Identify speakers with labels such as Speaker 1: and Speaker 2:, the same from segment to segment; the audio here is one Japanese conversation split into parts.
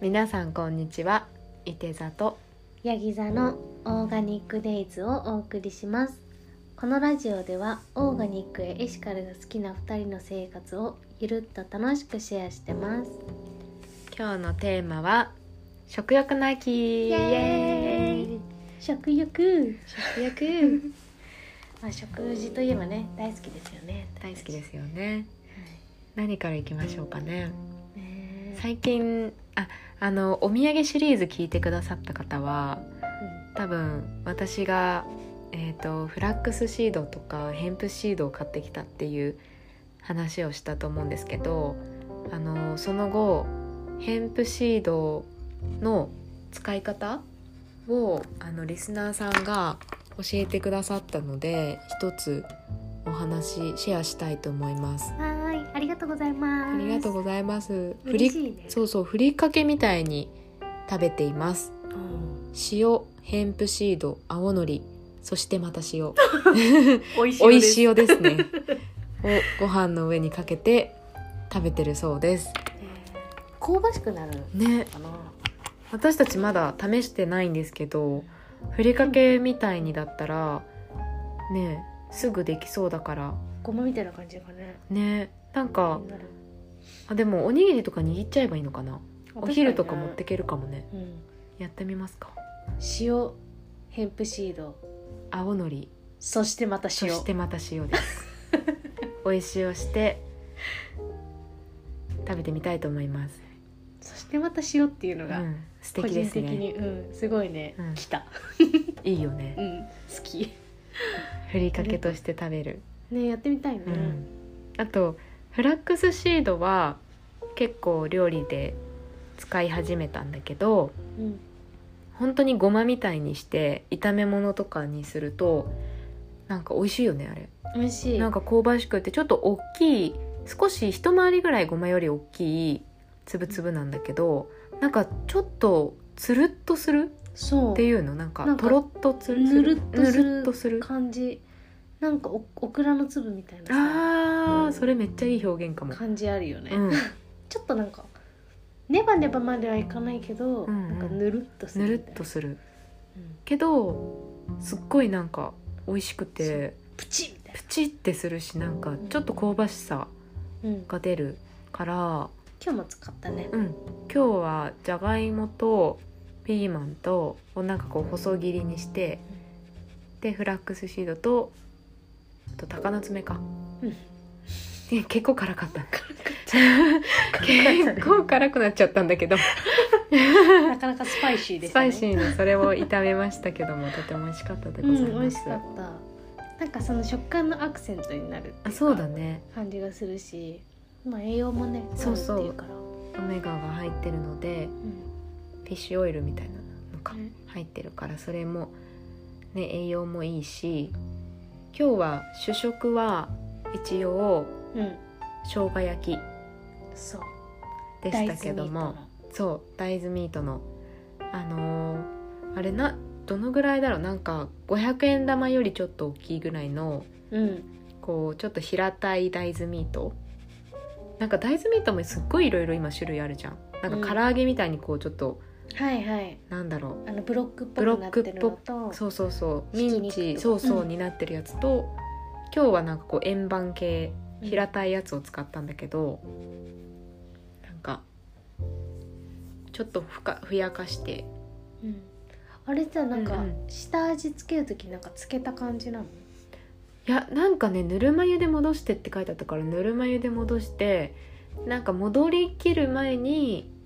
Speaker 1: 皆さんこんにちは。伊手座と
Speaker 2: ヤギ座のオーガニックデイズをお送りしますこのラジオではオーガニックやエシカルが好きな2人の生活をゆるっと楽しくシェアしてます
Speaker 1: 今日のテーマは食欲の秋。
Speaker 2: イエーイ食欲
Speaker 1: 食 欲
Speaker 2: まあ食事といえばね大好きですよね、
Speaker 1: 大好きですすよね。
Speaker 2: は
Speaker 1: 何からいきましょうかね。
Speaker 2: いねえ
Speaker 1: 最近ああのお土産シリーズ聞いてくださった方は多分私が、えー、とフラックスシードとかヘンプシードを買ってきたっていう話をしたと思うんですけどあのその後ヘンプシードの使い方をあのリスナーさんが教えてくださったので一つお話シェアしたいと思います。
Speaker 2: うんはーいありがとうございます
Speaker 1: ありがとうございます。ふ
Speaker 2: 嬉
Speaker 1: り
Speaker 2: しいね
Speaker 1: そうそうふりかけみたいに食べています。
Speaker 2: うん
Speaker 1: 塩ヘンプシード青のりそしてまた塩
Speaker 2: 美味しい
Speaker 1: お
Speaker 2: ので
Speaker 1: い
Speaker 2: す
Speaker 1: しい塩ですね をご飯の上にかけて食べてるそうです
Speaker 2: 香ばしくなる
Speaker 1: ね
Speaker 2: かな
Speaker 1: 私たちまだ試してないんですけどふりかけみたいにだったらねすぐできそうだから
Speaker 2: ごまみたいな感じがね
Speaker 1: ねなんか
Speaker 2: なる
Speaker 1: あでもおにぎりとか握っちゃえばいいのかなお昼とか持っ
Speaker 2: 確
Speaker 1: てけるかもね
Speaker 2: かにねうん
Speaker 1: やってみますか
Speaker 2: 塩ヘンプシード
Speaker 1: 青のり
Speaker 2: そしてまた
Speaker 1: そ
Speaker 2: 塩
Speaker 1: してまた塩です おいしいをして食べてみたいと思います、
Speaker 2: そしてまた塩っていう
Speaker 1: う
Speaker 2: のが、
Speaker 1: ん、素
Speaker 2: 個
Speaker 1: 敵で
Speaker 2: 人
Speaker 1: す
Speaker 2: 的
Speaker 1: ね
Speaker 2: に、うん、すごいね、
Speaker 1: うん
Speaker 2: 来た、
Speaker 1: いいよね
Speaker 2: うん、好き
Speaker 1: ふりかけとして食べる、
Speaker 2: ねやってみたいね、
Speaker 1: うんあとフラックスシードは結構料理で使い始めたんだけど
Speaker 2: うん
Speaker 1: 本当にごまみたいにして炒め物とかにするとなんか美味しいよねあれ
Speaker 2: 美味しい
Speaker 1: なんか香ばしくてちょっと大きい少し一回りぐらいごまより大きいつぶつぶなんだけどなんかちょっとつるっとする
Speaker 2: そう
Speaker 1: っていうのなんか
Speaker 2: なんか
Speaker 1: とろっとつる
Speaker 2: ぬるっとする
Speaker 1: ぬるっとする
Speaker 2: 感じなんかおオクラの粒みたい
Speaker 1: あ
Speaker 2: な
Speaker 1: ー
Speaker 2: うん
Speaker 1: それめっちゃいい表現かも
Speaker 2: さ、感じあるよね、
Speaker 1: うん、
Speaker 2: ちょっとなんかネバネバまではいかないけど、
Speaker 1: うんうん
Speaker 2: なんかぬるっとする
Speaker 1: ぬ
Speaker 2: み
Speaker 1: る
Speaker 2: たい
Speaker 1: っ
Speaker 2: な
Speaker 1: とする
Speaker 2: うん
Speaker 1: けどすっごいなんか美味しくて
Speaker 2: プチみたい
Speaker 1: プチってするしなんかちょっと香ばしさ
Speaker 2: な、うん、今
Speaker 1: が出るから
Speaker 2: 日も使ったね
Speaker 1: うん、今日はじゃがいもとピーマンとをなんかこう細切りにしてでフラックスシードとあと鷹の爪か、
Speaker 2: うん
Speaker 1: で結構辛かった結構辛くなっちゃったんだけど、
Speaker 2: なかなかスパイシーでし
Speaker 1: ス
Speaker 2: た
Speaker 1: パ
Speaker 2: ね
Speaker 1: イシーにそれを炒めましたけどもとても美味しかったでござい
Speaker 2: うん、美
Speaker 1: ま
Speaker 2: 味
Speaker 1: す
Speaker 2: し、かったなんかその食感のアクセントになるってい
Speaker 1: あそうだね
Speaker 2: 感じがするし、まあ、栄養もね
Speaker 1: そうそう
Speaker 2: あるっていうから、
Speaker 1: オメガが入ってるので
Speaker 2: うん
Speaker 1: フィッシュオイルみたいなのか
Speaker 2: ね
Speaker 1: 入ってるからそれも、ね、栄養もいいし今日は主食は一応
Speaker 2: うん、
Speaker 1: 生姜焼き
Speaker 2: そう
Speaker 1: でしたけどもそう大豆ミートのあのーあれなどのぐらいだろうなんか500円玉よりちょっと大きいぐらいの
Speaker 2: 大豆ミートの
Speaker 1: こうちょっと平たい大豆ミートなんか大豆ミートもすっごいいろいろ今種類あるじゃんなんか唐揚げみたいにこうちょっと、
Speaker 2: うんはいはい
Speaker 1: なんだろう
Speaker 2: あのブロックっぽくなってるのと
Speaker 1: そうそうそう
Speaker 2: ひ
Speaker 1: ミ
Speaker 2: き
Speaker 1: ン
Speaker 2: 肉
Speaker 1: チ
Speaker 2: と
Speaker 1: そうそう
Speaker 2: うん
Speaker 1: になってるやつと、今日はなんかこう円盤系
Speaker 2: うん
Speaker 1: 平たいやつを使ったんだけど、なんかちょっとふかふやかして
Speaker 2: うんあれじゃなん
Speaker 1: う
Speaker 2: か
Speaker 1: んう
Speaker 2: 下味つける時なんかつけた感じなの
Speaker 1: いやなんかねぬるま湯で戻してって書いてあったからぬるま湯で戻してなんか戻りきる前に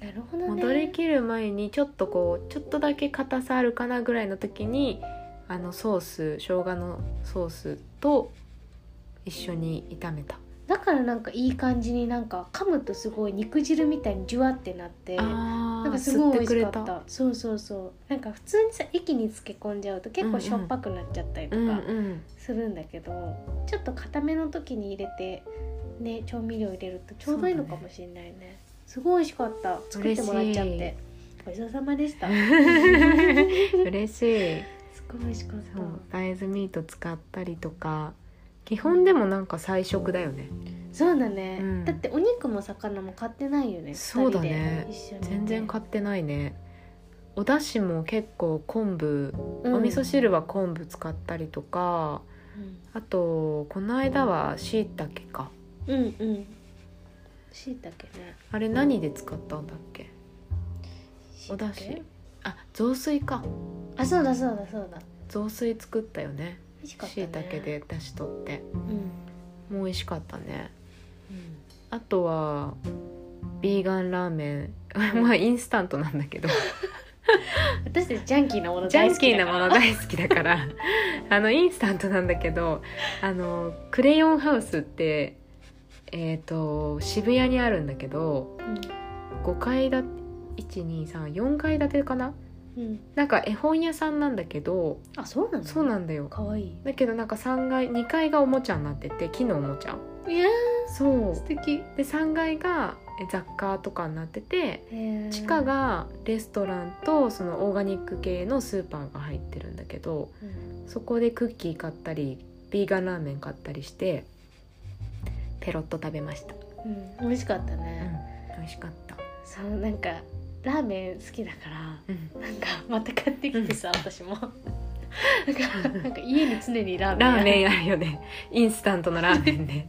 Speaker 2: なるほどね
Speaker 1: 戻りきる前にちょっとこうちょっとだけ硬さあるかなぐらいの時にあのソース生姜のソースと一緒に炒めた。
Speaker 2: だからなんかいい感じになんか噛むとすごい肉汁みたいにジュワってなって
Speaker 1: な
Speaker 2: なんかすごい美味しか
Speaker 1: 吸
Speaker 2: った
Speaker 1: てくれ
Speaker 2: そうそうそうなんか普通にさ液に漬け込んじゃうと結構しょっぱくなっちゃったりと
Speaker 1: たうんう
Speaker 2: か
Speaker 1: ん
Speaker 2: するんだけど、ちょっと固めの時に入れてね調味料入れるとちょうどいいのかもしれないねすごい美味しかった作ってもらっちゃってごちそうさま でした
Speaker 1: 嬉しい
Speaker 2: すごい美味しかっ
Speaker 1: そう
Speaker 2: た
Speaker 1: 大豆ミート使ったりとか基本でもなんか菜食だよね
Speaker 2: そうだね、
Speaker 1: うん
Speaker 2: だってお肉も魚も買ってないよね
Speaker 1: そうだね
Speaker 2: 二人で一緒にね
Speaker 1: 全然買ってないねお出汁も結構昆布、
Speaker 2: うん
Speaker 1: お味噌汁は昆布使ったりとかあとこの間は椎茸か
Speaker 2: うんうんうんしいたけね
Speaker 1: あれ何で使ったんだっけお出
Speaker 2: 椎
Speaker 1: 汁
Speaker 2: 茸
Speaker 1: あ雑炊か
Speaker 2: あそうだそうだそうだ
Speaker 1: 雑炊作ったよね
Speaker 2: 美味しかった
Speaker 1: 椎
Speaker 2: ね
Speaker 1: 茸で出汁取って
Speaker 2: うん、
Speaker 1: もう美味しかったねあとはビーガンラーメン まあインスタントなんだ けど
Speaker 2: 私たちジャンキーなもの
Speaker 1: ジャ
Speaker 2: 大
Speaker 1: ン
Speaker 2: 好
Speaker 1: キ
Speaker 2: き
Speaker 1: ー
Speaker 2: だ
Speaker 1: な
Speaker 2: か
Speaker 1: も
Speaker 2: ら
Speaker 1: の大好きだから あのインスタントなんだけどあのクレヨンハウスってえっ、と渋谷にあるんだけど5階だ1234階建てかな
Speaker 2: うん、うん、
Speaker 1: なんか絵本屋さんなんだけど
Speaker 2: あそうなの
Speaker 1: そうなんだよ
Speaker 2: かわいい
Speaker 1: だけどなんか3階2階がおもちゃになってて木のおもちゃ
Speaker 2: いや
Speaker 1: そ
Speaker 2: ー素敵
Speaker 1: うで3階がえ雑貨とかになってて地下、がレストランとそのオーガニック系のスーパーが入ってるんだけど
Speaker 2: へーうん
Speaker 1: そこでクッキー買ったりビーガンラーメン買ったりしてペロッと食べました、
Speaker 2: うん、美味しかったね、
Speaker 1: 美味しかった、
Speaker 2: そうなんかラーメン好きだからなんかまた買ってきてさ、私もなんかなんか家に常にラーメン
Speaker 1: ラーメ
Speaker 2: ン
Speaker 1: ンあるよねインスタントのラーメン ね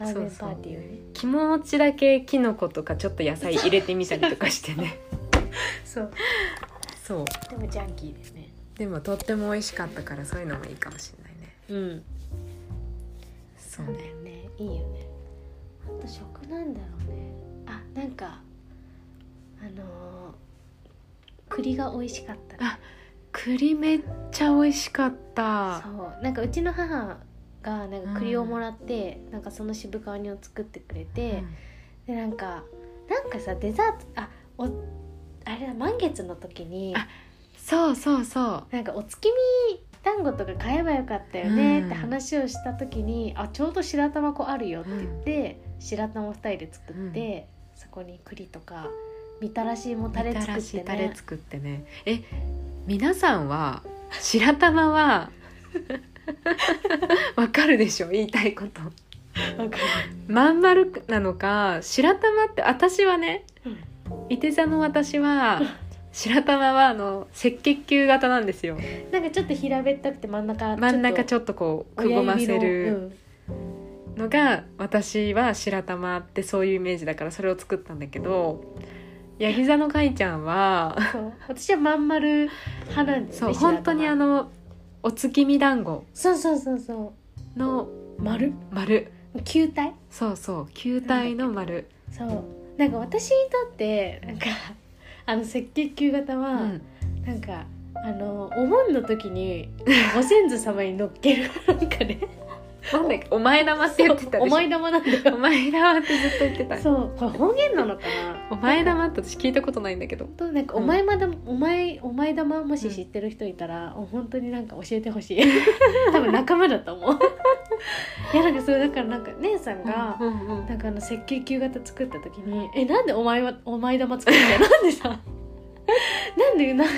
Speaker 2: ラーメンパーティーをね
Speaker 1: 気持ちだけキノコとかちょっと野菜入れてみたりとかしてね
Speaker 2: そう
Speaker 1: そう
Speaker 2: でもジャンキーですね
Speaker 1: でもとっても美味しかったからそういうのもいいかもしれないね
Speaker 2: うん
Speaker 1: そ
Speaker 2: そううだ
Speaker 1: ね
Speaker 2: よねいいよねあと食なんだろうねあなんかあのー、栗が美味しかったね
Speaker 1: あ栗めっちゃ美味しかった
Speaker 2: そうなんかうちの母がなんか栗をもらって、なんかその渋皮煮を作ってくれて、
Speaker 1: うん
Speaker 2: でなんかなんかさデザートあおあれだ満月の時に
Speaker 1: あそうそうそう
Speaker 2: なんかお月見団子とか買えばよかったよね
Speaker 1: うん
Speaker 2: って話をした時に、あちょうど白玉粉あるよって言って、白玉2人で作って、そこに栗とかみたらしもタレ作って
Speaker 1: みたらしタ
Speaker 2: ね
Speaker 1: レ作ってねえ皆さんは白玉は わかるでしょ言いたいこと
Speaker 2: わか
Speaker 1: まん丸なのか白玉って私はね
Speaker 2: る
Speaker 1: いて座の私は白玉はあの赤血球型なんですよ
Speaker 2: なんかちょっと平べったくて真ん中
Speaker 1: 真ん中ち
Speaker 2: ょっ
Speaker 1: ょっとこうく
Speaker 2: と
Speaker 1: ぼませ
Speaker 2: 親指の
Speaker 1: るのが私は白玉ってそういうイメージだからそれを作ったんだけどヤギ座のかいちゃんは
Speaker 2: うんそう私はまん丸派なんです
Speaker 1: そう
Speaker 2: ね
Speaker 1: 本当にあ
Speaker 2: の
Speaker 1: のお月見団子
Speaker 2: そうそうそうそ
Speaker 1: の
Speaker 2: う丸
Speaker 1: 丸
Speaker 2: 球体
Speaker 1: そうそう球体の丸
Speaker 2: そうなんか私にとってなんかあの赤血球型は、
Speaker 1: うん
Speaker 2: なんかあのお盆の時にご先祖様に乗っけるなんかね
Speaker 1: なんだっけお前玉って言ってたでしょ
Speaker 2: お前玉なんだ
Speaker 1: お
Speaker 2: よ
Speaker 1: 前玉ってずっと言ってた
Speaker 2: そうこれ方言なのかな
Speaker 1: お前玉って私聞いたことないんだけど
Speaker 2: 本当なんかお前まだ、お前お前玉もし知ってる人いたら、本当になんか教えてほしい多分仲間だと 思ういやなんかそうだからなんか姉さんが、
Speaker 1: うんうん
Speaker 2: なんかあの赤血球型作った時に「えなんでお前はお前玉作るん だよ」なんでさなんでなんか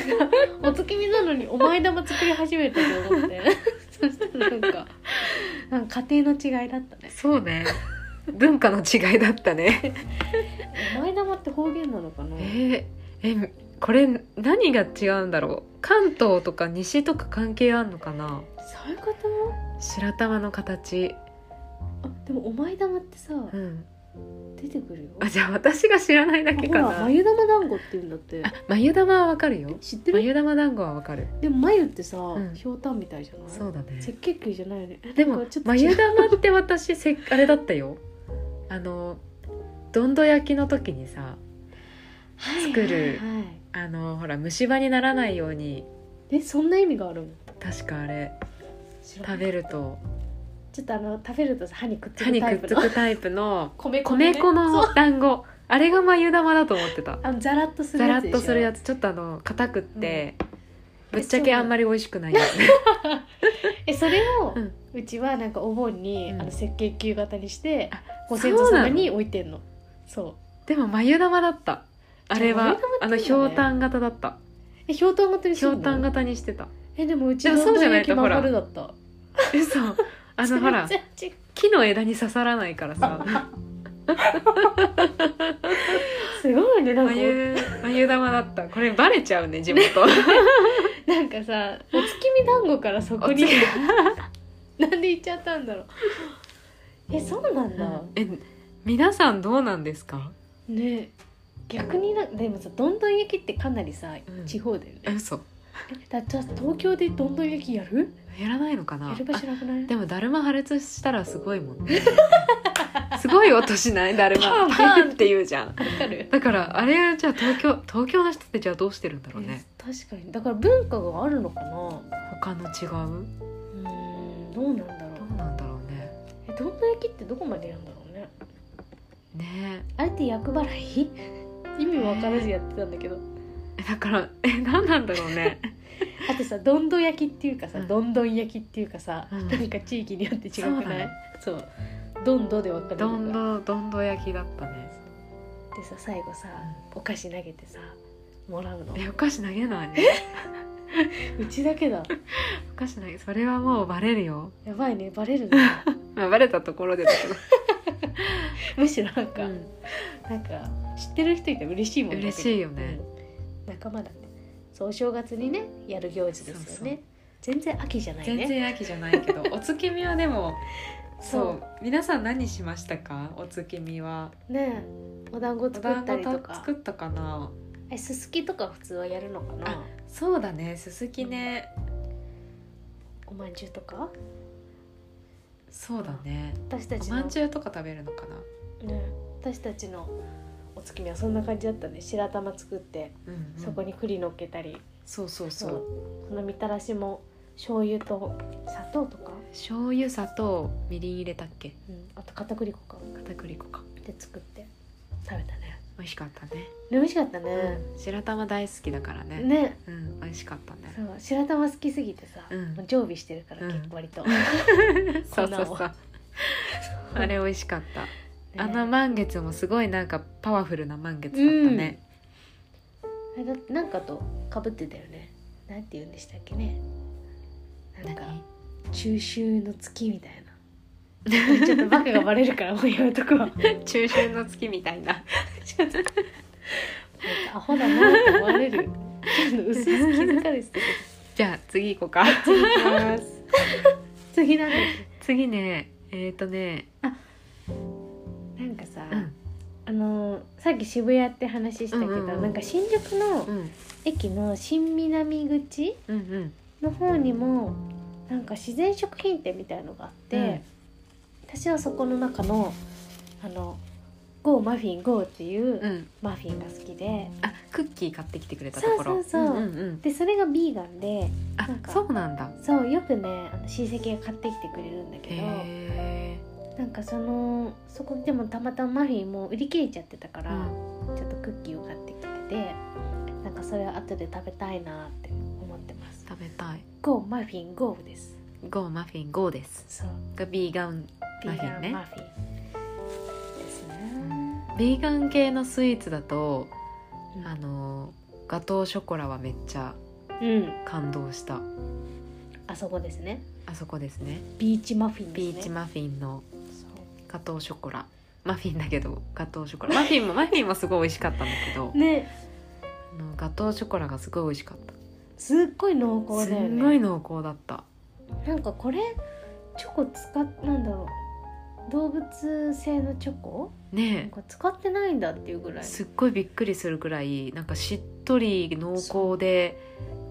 Speaker 2: お月見なのにお前玉作り始めたと思って そしたらなんかなんか家庭の違いだったね
Speaker 1: そうね文化の違いだったね
Speaker 2: お前玉って方言なのか な
Speaker 1: えー、えこれ何が違うんだろう関東とか西とか関係あんのかな
Speaker 2: そういうこと
Speaker 1: 白玉の形
Speaker 2: あでもお前玉ってさ
Speaker 1: うん
Speaker 2: 出てくるよ
Speaker 1: あじゃあ私が知らないだけ
Speaker 2: ほ
Speaker 1: からな
Speaker 2: 眉玉団子って言うんだって
Speaker 1: あ眉玉はわかるよ
Speaker 2: 知ってる
Speaker 1: 眉玉団子はわかる
Speaker 2: でも眉ってさ、
Speaker 1: ん
Speaker 2: ひょうたんみたいじゃない
Speaker 1: そうだね
Speaker 2: 赤血球じゃないよね
Speaker 1: で
Speaker 2: な
Speaker 1: も
Speaker 2: んかちょっと違う
Speaker 1: 眉玉って私せっあれだったよあのどんど焼きの時にさ作る
Speaker 2: はいはいはい
Speaker 1: あのほら虫歯にならないように
Speaker 2: えそんな意味があるの
Speaker 1: 確かあれ
Speaker 2: 知らな
Speaker 1: 食
Speaker 2: い
Speaker 1: べると
Speaker 2: ちょっとあの食べるとさ歯にくっつ
Speaker 1: 歯
Speaker 2: く
Speaker 1: にく
Speaker 2: タイ
Speaker 1: っ
Speaker 2: プ
Speaker 1: つ
Speaker 2: の
Speaker 1: くタイプ の
Speaker 2: 米粉ね
Speaker 1: 米粉
Speaker 2: そう
Speaker 1: の団子あれが眉玉だと思ってた
Speaker 2: あのザラッとする
Speaker 1: ザ
Speaker 2: や
Speaker 1: ラ
Speaker 2: つで
Speaker 1: ッ
Speaker 2: しょ
Speaker 1: とするやつちょっとあの硬くって、ぶっちゃけあんまり美味しくないやつね
Speaker 2: えそれを、
Speaker 1: う
Speaker 2: うんちはなんかお盆に、
Speaker 1: うん
Speaker 2: あの赤血球型にして
Speaker 1: あ
Speaker 2: ご先祖
Speaker 1: そうなの
Speaker 2: 様に置いてんのそう
Speaker 1: でも眉玉だったあれは
Speaker 2: じゃあ
Speaker 1: あの
Speaker 2: 眉玉っていい
Speaker 1: ひ
Speaker 2: よ
Speaker 1: ょ
Speaker 2: ね
Speaker 1: うたん型だった
Speaker 2: えひょうたん型にす
Speaker 1: ひ
Speaker 2: る
Speaker 1: ょ
Speaker 2: の
Speaker 1: うたん型にしてた
Speaker 2: えでもうち
Speaker 1: でもそうじゃない
Speaker 2: どん
Speaker 1: と
Speaker 2: どん焼き
Speaker 1: ほら
Speaker 2: まん丸だった
Speaker 1: 嘘あのほら
Speaker 2: 全然違う
Speaker 1: 木の枝に刺さらないからさ
Speaker 2: すごいねなんか
Speaker 1: 眉眉玉だったこれバレちゃうね地元
Speaker 2: なんかさお月見団子からそこ に
Speaker 1: お月
Speaker 2: なんで行っちゃったんだろうえそうなんだ、
Speaker 1: え皆さんどうなんですか
Speaker 2: ね逆になでもさどんどん焼きってかなりさ、
Speaker 1: うん
Speaker 2: 地方だよね
Speaker 1: え嘘
Speaker 2: えだって東京でどんどん焼きやる
Speaker 1: やらないのかな
Speaker 2: やる場所なくない
Speaker 1: あでもだるま破裂したらすごいもんねすごい音しないだるま
Speaker 2: パン
Speaker 1: パ
Speaker 2: パン
Speaker 1: ーンって言うじゃん
Speaker 2: わかる
Speaker 1: だからあれじゃあ東京東京の人ってじゃあどうしてるんだろうね
Speaker 2: え確かにだから文化があるのかな
Speaker 1: 他の違う
Speaker 2: うーんどうなんだろ
Speaker 1: ど
Speaker 2: う
Speaker 1: うなんだろうね
Speaker 2: えどんどん焼きってどこまでやんだろうね
Speaker 1: ね
Speaker 2: あれって厄払い 意味も分からずやってたんだけど
Speaker 1: えだからえ何なんだろうね
Speaker 2: あとさどんどん焼きっていうかさ、
Speaker 1: うん
Speaker 2: どんどん焼きっていうかさ、
Speaker 1: うん
Speaker 2: なんか地域によって違くないそう,、どんどで分かれる
Speaker 1: どん
Speaker 2: のが
Speaker 1: どんどんどん焼きだったね
Speaker 2: でさ最後さお菓子投げてさもらうの
Speaker 1: えお菓子投げないう
Speaker 2: ちだけだ
Speaker 1: お菓子投げそれはもうバレるよ、
Speaker 2: やばいねバレるな
Speaker 1: まあ、バレたところでだけど
Speaker 2: むしろなんか、
Speaker 1: うん
Speaker 2: なんか知ってる人いたら嬉しいもんね
Speaker 1: 嬉しいよね、
Speaker 2: うん仲間だねそうお正月にねやる行事ですよね全然秋じゃないね
Speaker 1: 全然秋じゃないけ どお月見はでも
Speaker 2: そう
Speaker 1: そう皆さん何しましたかお月見は
Speaker 2: ねえお団子
Speaker 1: お
Speaker 2: 作
Speaker 1: 団
Speaker 2: った
Speaker 1: 子
Speaker 2: りと
Speaker 1: た
Speaker 2: か
Speaker 1: 作ったかな
Speaker 2: えすすきとか普通はやるのかな
Speaker 1: あそうだねすすきね
Speaker 2: おまんじゅうとか
Speaker 1: そうだね
Speaker 2: 私た
Speaker 1: お
Speaker 2: ちの
Speaker 1: まんじゅうとか食べるのかな
Speaker 2: ね、私たちのお月見はそんな感じだったね白玉作って
Speaker 1: うんうん
Speaker 2: そこに栗のっけたり、
Speaker 1: そうそうそ
Speaker 2: そううこのみたらしも醤油と砂糖とか、
Speaker 1: 醤油砂糖みりん入れたっけ
Speaker 2: うん、あと片栗粉か
Speaker 1: 片栗粉か
Speaker 2: で作って食べたね
Speaker 1: 美味しかったね、
Speaker 2: 美味しかったね、
Speaker 1: うん白玉大好きだからね
Speaker 2: ね
Speaker 1: うん美味しかったね
Speaker 2: そう白玉好きすぎてさ、
Speaker 1: うん
Speaker 2: もう常備してるから
Speaker 1: うん
Speaker 2: 結構割と、
Speaker 1: そうそう
Speaker 2: 粉を
Speaker 1: そう あれ美味しかった
Speaker 2: ね
Speaker 1: あの満月もすごいなんかパワフルな満月だったね、
Speaker 2: あれだってなんかとかぶってたよねなんて言うんでしたっけねなんか
Speaker 1: 何
Speaker 2: 中秋の月みたいなちょっとバカがバレるからもうやめ とくわ
Speaker 1: 中秋の月みたいな
Speaker 2: アホだなって思われる。ちょっと薄々気づかれてたけ
Speaker 1: じゃあ次行こうか
Speaker 2: ど。次行きます。次なんだっ
Speaker 1: 次ねえっ、ー、とね、
Speaker 2: け。なんかさ、
Speaker 1: うん
Speaker 2: あのーさっき渋谷って話したけど、
Speaker 1: うんうんうん
Speaker 2: なんか新宿の
Speaker 1: うん、
Speaker 2: 駅の新南口
Speaker 1: うんうん
Speaker 2: の方にもなんか自然食品店みたいのがあって、
Speaker 1: うん
Speaker 2: 私はそこの中のあのゴーマフィンゴーっていううんマフィンが好きで、
Speaker 1: あクッキー買ってきてくれたところ
Speaker 2: そうそうそうん
Speaker 1: んん
Speaker 2: でそれがビーガンで、
Speaker 1: あ
Speaker 2: なんか
Speaker 1: そうなんだ
Speaker 2: そうよくねあの親戚が買ってきてくれるんだけど。
Speaker 1: へ
Speaker 2: なんかそのそこでもたまたまマフィンもう売り切れちゃってたか
Speaker 1: え
Speaker 2: ら、ちょっとクッキーを買ってきててなんかそれを後で食べたいなって思ってます
Speaker 1: 食べたい
Speaker 2: ゴーマフィンゴーです
Speaker 1: ゴーマフィンゴーです
Speaker 2: そう
Speaker 1: がビーガン
Speaker 2: ビー
Speaker 1: マフ
Speaker 2: ガ
Speaker 1: ィン
Speaker 2: ン
Speaker 1: ね
Speaker 2: マフィンですね、
Speaker 1: ビーガン系のスイーツだと
Speaker 2: うん
Speaker 1: あのガトーショコラはめっちゃ
Speaker 2: うん
Speaker 1: 感動した
Speaker 2: あそこですね
Speaker 1: あそこですね
Speaker 2: ビーチマフィンです
Speaker 1: ビ
Speaker 2: ね
Speaker 1: ーチマフィンの
Speaker 2: そ
Speaker 1: ガトーショコラマフィンだけどガトーショコ ラマフィンもマフィンもすごい美味しかったんだけど
Speaker 2: うね
Speaker 1: あのガトーショコラがすごい美味しかった
Speaker 2: すっごい濃厚
Speaker 1: す
Speaker 2: だよ
Speaker 1: んごい
Speaker 2: ね
Speaker 1: 濃厚だった
Speaker 2: なんかこれチョコ使っなんだろう動物性のチョコなん
Speaker 1: ね
Speaker 2: か使ってないんだっていうぐら
Speaker 1: え
Speaker 2: い
Speaker 1: すっごいびっくりするくらいなんかしっとり濃厚で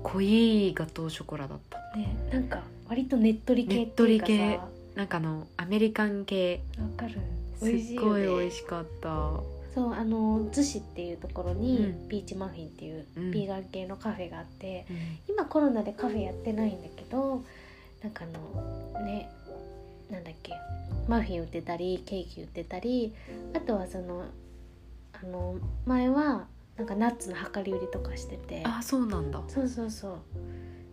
Speaker 1: 濃いガトーショコラだった
Speaker 2: ねなんか割とねっとり系
Speaker 1: ね
Speaker 2: っ
Speaker 1: ってと
Speaker 2: いう
Speaker 1: り
Speaker 2: か
Speaker 1: 系
Speaker 2: さ
Speaker 1: なんかあのアメリカン系
Speaker 2: わかる
Speaker 1: す
Speaker 2: 美味しい
Speaker 1: っ
Speaker 2: よ
Speaker 1: ごい
Speaker 2: ね
Speaker 1: 美味しかった
Speaker 2: そうあの逗子っていうところに、
Speaker 1: うん
Speaker 2: ビーチマフィンっていう
Speaker 1: うん
Speaker 2: ビーガン系のカフェがあって、
Speaker 1: うん
Speaker 2: 今コロナでカフェやってないんだけどなんかあのねなんだっけマフィン売ってたりケーキ売ってたりあとはそのあの前はなんかナッツの量り売りとかしてて
Speaker 1: あそうなんだ
Speaker 2: そうそうそう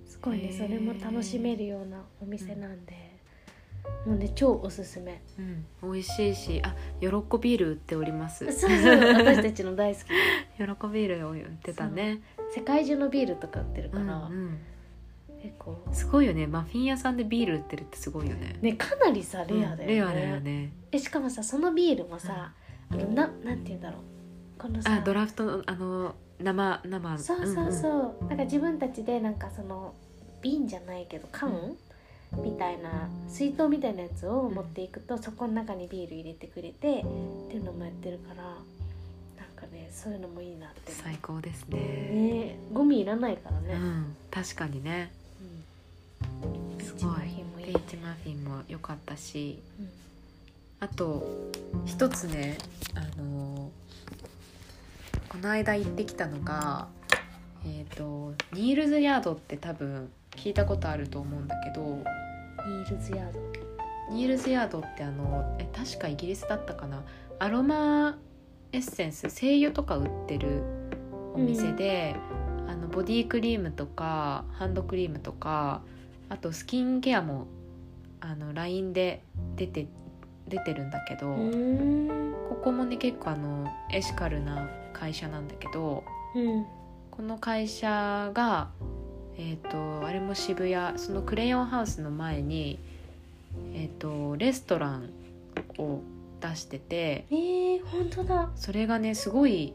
Speaker 2: すごい
Speaker 1: へ
Speaker 2: ね
Speaker 1: ー
Speaker 2: それも楽しめるようなお店なんで、もうね超おすすめ
Speaker 1: うん美味しいしあ喜びール売っております
Speaker 2: そうそう 私たちの大好き
Speaker 1: 喜びールを売ってたね
Speaker 2: 世界中のビールとか売ってるか
Speaker 1: う
Speaker 2: ら、
Speaker 1: んうん
Speaker 2: 結構
Speaker 1: すごいよねマフィン屋さんでビール売ってるってすごいよね
Speaker 2: ねかなりさレアだよね,、
Speaker 1: レアだよね
Speaker 2: えしかもさそのビールもさ、あのななんて言うんだろうこのさ
Speaker 1: あドラフトのあの生生
Speaker 2: そうそうそう、なんか自分たちでなんかその瓶じゃないけど缶、みたいな水筒みたいなやつを持っていくと、そこの中にビール入れてくれてっていうのもやってるからなんかねそういうのもいいなって思
Speaker 1: 最高です
Speaker 2: う
Speaker 1: ね
Speaker 2: ねゴミいらないから
Speaker 1: う
Speaker 2: ね、
Speaker 1: ん確かにね
Speaker 2: うん、
Speaker 1: すごい
Speaker 2: もい
Speaker 1: ピ
Speaker 2: い
Speaker 1: ーチマフィンも良かったし
Speaker 2: うん
Speaker 1: あと一つねあのこの間行ってきたのがえっ、とニールズヤードって多分聞いたことあると思うんだけど
Speaker 2: ニールズヤード
Speaker 1: ニールズヤードってあのえ確かイギリスだったかなアロマエッセンス精油とか売ってるお店で、あのボディクリームとかハンドクリームとかあとスキンケアもあの LINE で出て出てるんだけど、
Speaker 2: うん
Speaker 1: ここもね結構あのエシカルな会社なんだけど
Speaker 2: うん
Speaker 1: この会社がえっ、とあれも渋谷そのクレヨンハウスの前にえっ、とレストランを出してて
Speaker 2: えー、本当だ
Speaker 1: それがねすごい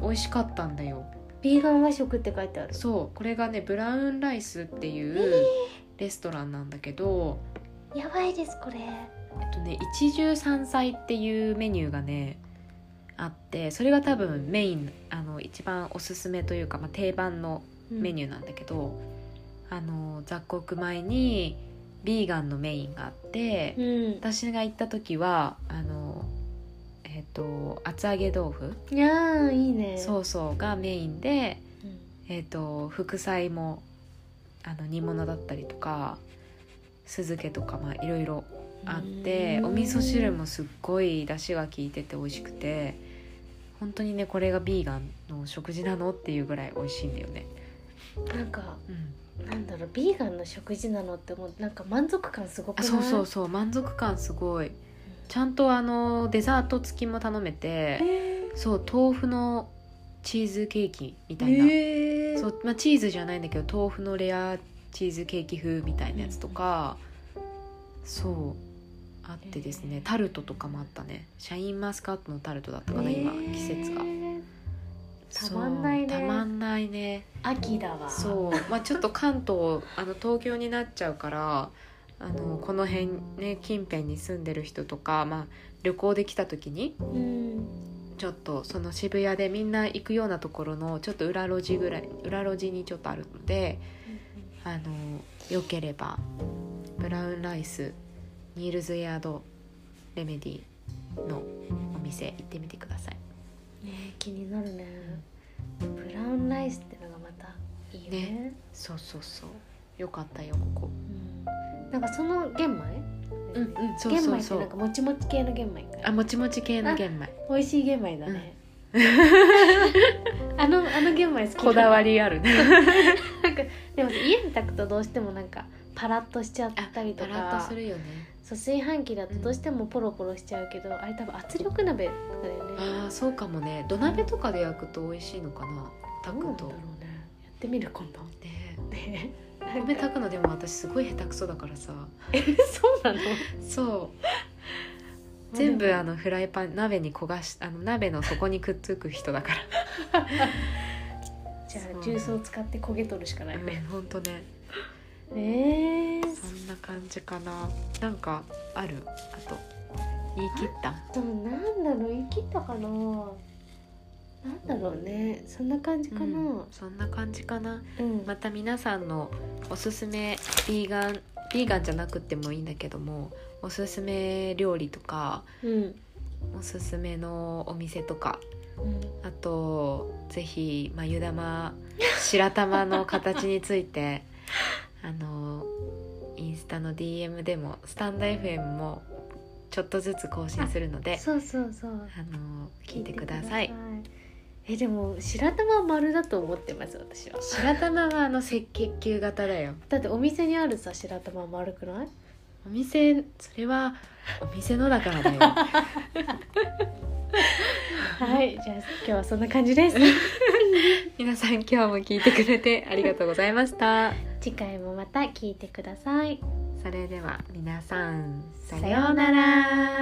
Speaker 1: 美味しかったんだよ
Speaker 2: ビーガン和食って書いてある
Speaker 1: そうこれがねブラウンライスって
Speaker 2: え
Speaker 1: いうレストランなんだけど
Speaker 2: ー、やばいですこれ
Speaker 1: えっとね一汁三菜っていうメニューがねあってそれが多分メインあの一番おすすめというか、まあ、定番のメニューなんだけど、あの雑穀米にビーガンのメインがあって、
Speaker 2: ー
Speaker 1: 私が行った時はあのえっ、と厚揚げ豆腐、
Speaker 2: うんいやーいいね
Speaker 1: そうそうがメインで、
Speaker 2: うん
Speaker 1: えっと副菜もあの煮物だったりとか酢漬けとかまあいろいろあってお味噌汁もすっごい出汁が効いてて美味しくて本当にねこれがビーガンの食事なのっていうぐらい美味しいんだよね。
Speaker 2: なんか
Speaker 1: うん
Speaker 2: なんだろうビーガンの食事なのって思うなんか満足感すごく
Speaker 1: あ
Speaker 2: ない
Speaker 1: そうそうそう満足感すごいちゃんとあのデザート付きも頼め
Speaker 2: へ
Speaker 1: て
Speaker 2: ー
Speaker 1: そう豆腐のチーズケーキみたいな、
Speaker 2: へー
Speaker 1: そうまあ、チーズじゃないんだけど豆腐のレアチーズケーキ風みたいなやつとか、そうあってですねタルトとかもあったねシャインマスカットのタルトだったかな今
Speaker 2: へー
Speaker 1: 季節が
Speaker 2: たまんないね
Speaker 1: そうたまんないね
Speaker 2: 秋だわ
Speaker 1: そう、まあ、ちょっと関東あの東京になっちゃうからあのこの辺ね近辺に住んでる人とか、まあ、旅行で来た時に
Speaker 2: う、ん、
Speaker 1: ちょっとその渋谷でみんな行くようなところのちょっと裏路地ぐらい裏路地にちょっとあるのであのよければブラウンライスニールズヤードレメディのお店行ってみてください。
Speaker 2: ね気になるねブラウンライスってのがまたいいよね
Speaker 1: ねそうそうそうよかったよここ。
Speaker 2: うん、なんかその玄米
Speaker 1: うんうんそう
Speaker 2: 玄
Speaker 1: そ
Speaker 2: 米
Speaker 1: う
Speaker 2: って
Speaker 1: そ
Speaker 2: なん
Speaker 1: う
Speaker 2: か。もちもち系の玄米
Speaker 1: あもちもち系の玄米。
Speaker 2: 美味しい玄米だね、あのあの玄米好きなの
Speaker 1: こだわりある ね。
Speaker 2: なんかでも家に炊くとどうしてもなんかパラッとしちゃったりと
Speaker 1: パ
Speaker 2: か
Speaker 1: ラッとするよね。
Speaker 2: そう炊飯器だとどうしてもポロポロしちゃうけど、あれ多分圧力鍋とかだよね
Speaker 1: ああそうかもね。土鍋とかで焼くと美味しいのかな。
Speaker 2: ど
Speaker 1: 炊
Speaker 2: うなん
Speaker 1: くと
Speaker 2: だろ。うねやってみる今度
Speaker 1: ね。
Speaker 2: ね
Speaker 1: お米炊くのでも私すごい下手くそだからさ。
Speaker 2: え そうなの
Speaker 1: そう。 全部あのフライパン鍋に焦がしあの鍋の底にくっつく人だか
Speaker 2: じゃ
Speaker 1: そう
Speaker 2: あ重曹使って焦げとるしかな
Speaker 1: ら。
Speaker 2: い
Speaker 1: うん
Speaker 2: ね、
Speaker 1: 本当ね。
Speaker 2: えー、
Speaker 1: そんな感じかな。なんかあるあと言い切った。
Speaker 2: でもなんだろう言い切ったかななんだろうねそんな感じかなう
Speaker 1: うん
Speaker 2: ん、
Speaker 1: そんな感じかな。
Speaker 2: うん
Speaker 1: また皆さんのおすすめビーガンビーガンじゃなくてもいいんだけどもおすすめ料理とかおすすめのお店とかあとぜひ眉玉白玉の形について あのインスタの DM でもスタンド FM もちょっとずつ更新するので
Speaker 2: そうそうそう
Speaker 1: あの聞いてください
Speaker 2: 聞。てくださいえでも白玉は丸だと思ってます私は
Speaker 1: 白玉はあの赤血球型だよ
Speaker 2: だってお店にあるさ白玉は丸くない
Speaker 1: お店それはお店のだからだよ。
Speaker 2: はいじゃあ今日 はそんな感じです
Speaker 1: 皆さん今日も聞いてくれてありがとうございました。
Speaker 2: 次回もまた聞いてください
Speaker 1: それでは皆さんさ
Speaker 2: さようなら